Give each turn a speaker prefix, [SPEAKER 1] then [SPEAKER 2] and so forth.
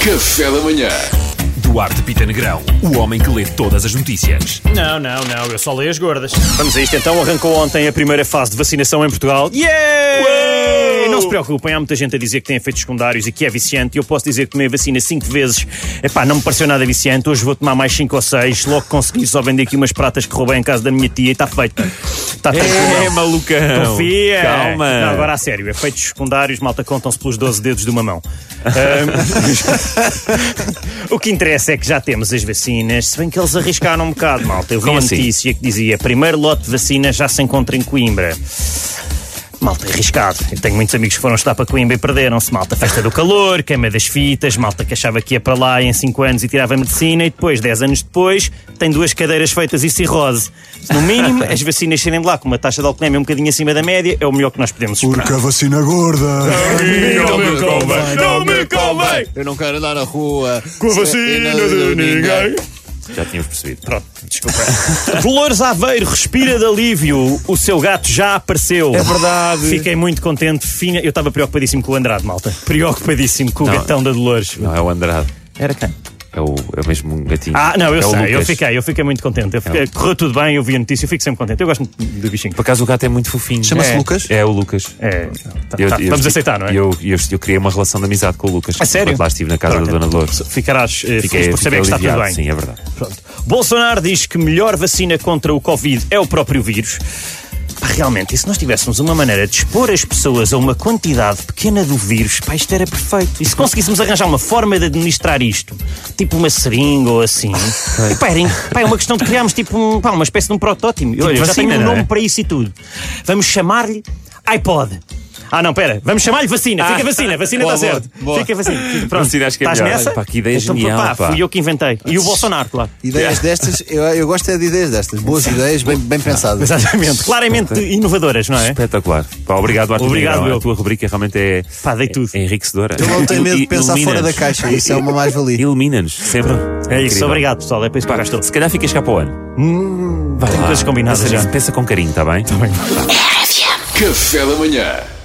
[SPEAKER 1] Café da Manhã.
[SPEAKER 2] Duarte Pita Negrão, o homem que lê todas as notícias.
[SPEAKER 3] Não, não, não, eu só leio as gordas.
[SPEAKER 4] Vamos a isto então. Arrancou ontem a primeira fase de vacinação em Portugal.
[SPEAKER 3] Yeah!
[SPEAKER 4] E Não se preocupem, há muita gente a dizer que tem efeitos secundários e que é viciante. Eu posso dizer que tomei a vacina 5 vezes. Epá, não me pareceu nada viciante. Hoje vou tomar mais 5 ou 6. Logo consegui só vender aqui umas pratas que roubei em casa da minha tia e está feito. Está
[SPEAKER 2] É,
[SPEAKER 4] tranquilo.
[SPEAKER 2] malucão.
[SPEAKER 4] Confia!
[SPEAKER 2] Calma.
[SPEAKER 4] Não, agora a sério, efeitos secundários, malta, contam-se pelos 12 dedos de uma mão. Ahm, o que interessa é que já temos as vacinas, se bem que eles arriscaram um bocado, malta. Eu vi
[SPEAKER 2] Como
[SPEAKER 4] a
[SPEAKER 2] assim?
[SPEAKER 4] notícia que dizia: primeiro lote de vacinas já se encontra em Coimbra. Malta, arriscado. Eu tenho muitos amigos que foram estar para Coimbra e perderam-se. Malta, festa do calor, queima das fitas, malta que achava que ia para lá em 5 anos e tirava medicina e depois, 10 anos depois, tem duas cadeiras feitas e cirrose. No mínimo, as vacinas serem de lá com uma taxa de alcoolemia um bocadinho acima da média é o melhor que nós podemos esperar.
[SPEAKER 5] Porque a vacina é gorda.
[SPEAKER 2] Não me convém,
[SPEAKER 4] não me convém.
[SPEAKER 6] Eu não quero andar na rua
[SPEAKER 4] Com a vacina de ninguém.
[SPEAKER 2] Já tínhamos percebido.
[SPEAKER 4] Pronto, desculpa. Dolores Aveiro respira de alívio. O seu gato já apareceu. É verdade. Fiquei muito contente. Fina... Eu estava preocupadíssimo com o Andrade, malta. Preocupadíssimo com o
[SPEAKER 2] Não.
[SPEAKER 4] gatão da Dolores.
[SPEAKER 2] Não, é o Andrade.
[SPEAKER 4] Era quem?
[SPEAKER 2] É o, é o mesmo gatinho.
[SPEAKER 4] Ah, não, eu
[SPEAKER 2] É o
[SPEAKER 4] sei.
[SPEAKER 2] Lucas.
[SPEAKER 4] Eu fiquei, eu fiquei muito contente. Eu fiquei-
[SPEAKER 2] É
[SPEAKER 4] Correu tudo bem, eu vi a notícia, eu fico sempre contente. Eu gosto muito do bichinho.
[SPEAKER 2] Por acaso o gato é muito fofinho.
[SPEAKER 6] Chama-se
[SPEAKER 2] É.
[SPEAKER 6] Lucas?
[SPEAKER 2] É o Lucas.
[SPEAKER 4] É, tá,
[SPEAKER 2] Eu-
[SPEAKER 4] tá,
[SPEAKER 2] eu-
[SPEAKER 4] vamos aceitar, não é?
[SPEAKER 2] Eu, eu, eu criei uma relação de amizade com o Lucas.
[SPEAKER 4] A sério?
[SPEAKER 2] Quando lá estive na casa
[SPEAKER 4] Pronto,
[SPEAKER 2] da Dona Dolores.
[SPEAKER 4] Ficarás eh, feliz
[SPEAKER 2] Fiquei,
[SPEAKER 4] por saber
[SPEAKER 2] fiquei
[SPEAKER 4] que está tudo
[SPEAKER 2] aliviado,
[SPEAKER 4] bem.
[SPEAKER 2] Sim, é verdade.
[SPEAKER 4] Pronto. Bolsonaro diz que melhor vacina contra o Covid é o próprio vírus. Pá, Realmente, e se nós tivéssemos uma maneira de expor as pessoas a uma quantidade pequena do vírus, pá, isto era perfeito. E se conseguíssemos arranjar uma forma de administrar isto, tipo uma seringa ou assim, pá, era in- pá, é uma questão de criarmos tipo um- pá, uma espécie de um protótipo. Eu já
[SPEAKER 2] vacina,
[SPEAKER 4] tenho um
[SPEAKER 2] não é?
[SPEAKER 4] nome para isso e tudo. Vamos chamar-lhe iPod. Ah, não, pera, vamos chamar-lhe vacina. Fica vacina, vacina
[SPEAKER 2] Ah. Boa,
[SPEAKER 4] está
[SPEAKER 2] boa,
[SPEAKER 4] certo.
[SPEAKER 2] boa.
[SPEAKER 4] Fica vacina. Fica- Pronto,
[SPEAKER 2] Vacina acho que é
[SPEAKER 4] estás
[SPEAKER 2] melhor.
[SPEAKER 4] nessa?
[SPEAKER 2] Pá, que ideia
[SPEAKER 4] Então,
[SPEAKER 2] genial, pá.
[SPEAKER 4] Fui eu que inventei. E o Bolsonaro, claro.
[SPEAKER 6] Ideias destas, eu, eu gosto é de ideias destas. Boas ideias, bem, bem pensadas.
[SPEAKER 4] Exatamente. Claramente inovadoras, não é?
[SPEAKER 2] Espetacular. Pá, obrigado, Arthur.
[SPEAKER 4] Obrigado,
[SPEAKER 2] Negrão.
[SPEAKER 4] eu.
[SPEAKER 2] A tua rubrica realmente é,
[SPEAKER 4] Pá, dei tudo.
[SPEAKER 2] é enriquecedora.
[SPEAKER 6] Eu não tenho medo de pensar fora da
[SPEAKER 2] Ilumina-nos.
[SPEAKER 6] caixa, isso é uma mais-valia.
[SPEAKER 2] Ilumina-nos, sempre.
[SPEAKER 4] É isso,
[SPEAKER 2] Incrível.
[SPEAKER 4] obrigado pessoal, é para isso que
[SPEAKER 2] Pá,
[SPEAKER 4] eu estou.
[SPEAKER 2] se calhar ficas cá para o ano.
[SPEAKER 4] Tem coisas combinadas
[SPEAKER 2] pensa, tá
[SPEAKER 4] já. Tá
[SPEAKER 2] Pensa com carinho, está bem?
[SPEAKER 1] Café da Manhã.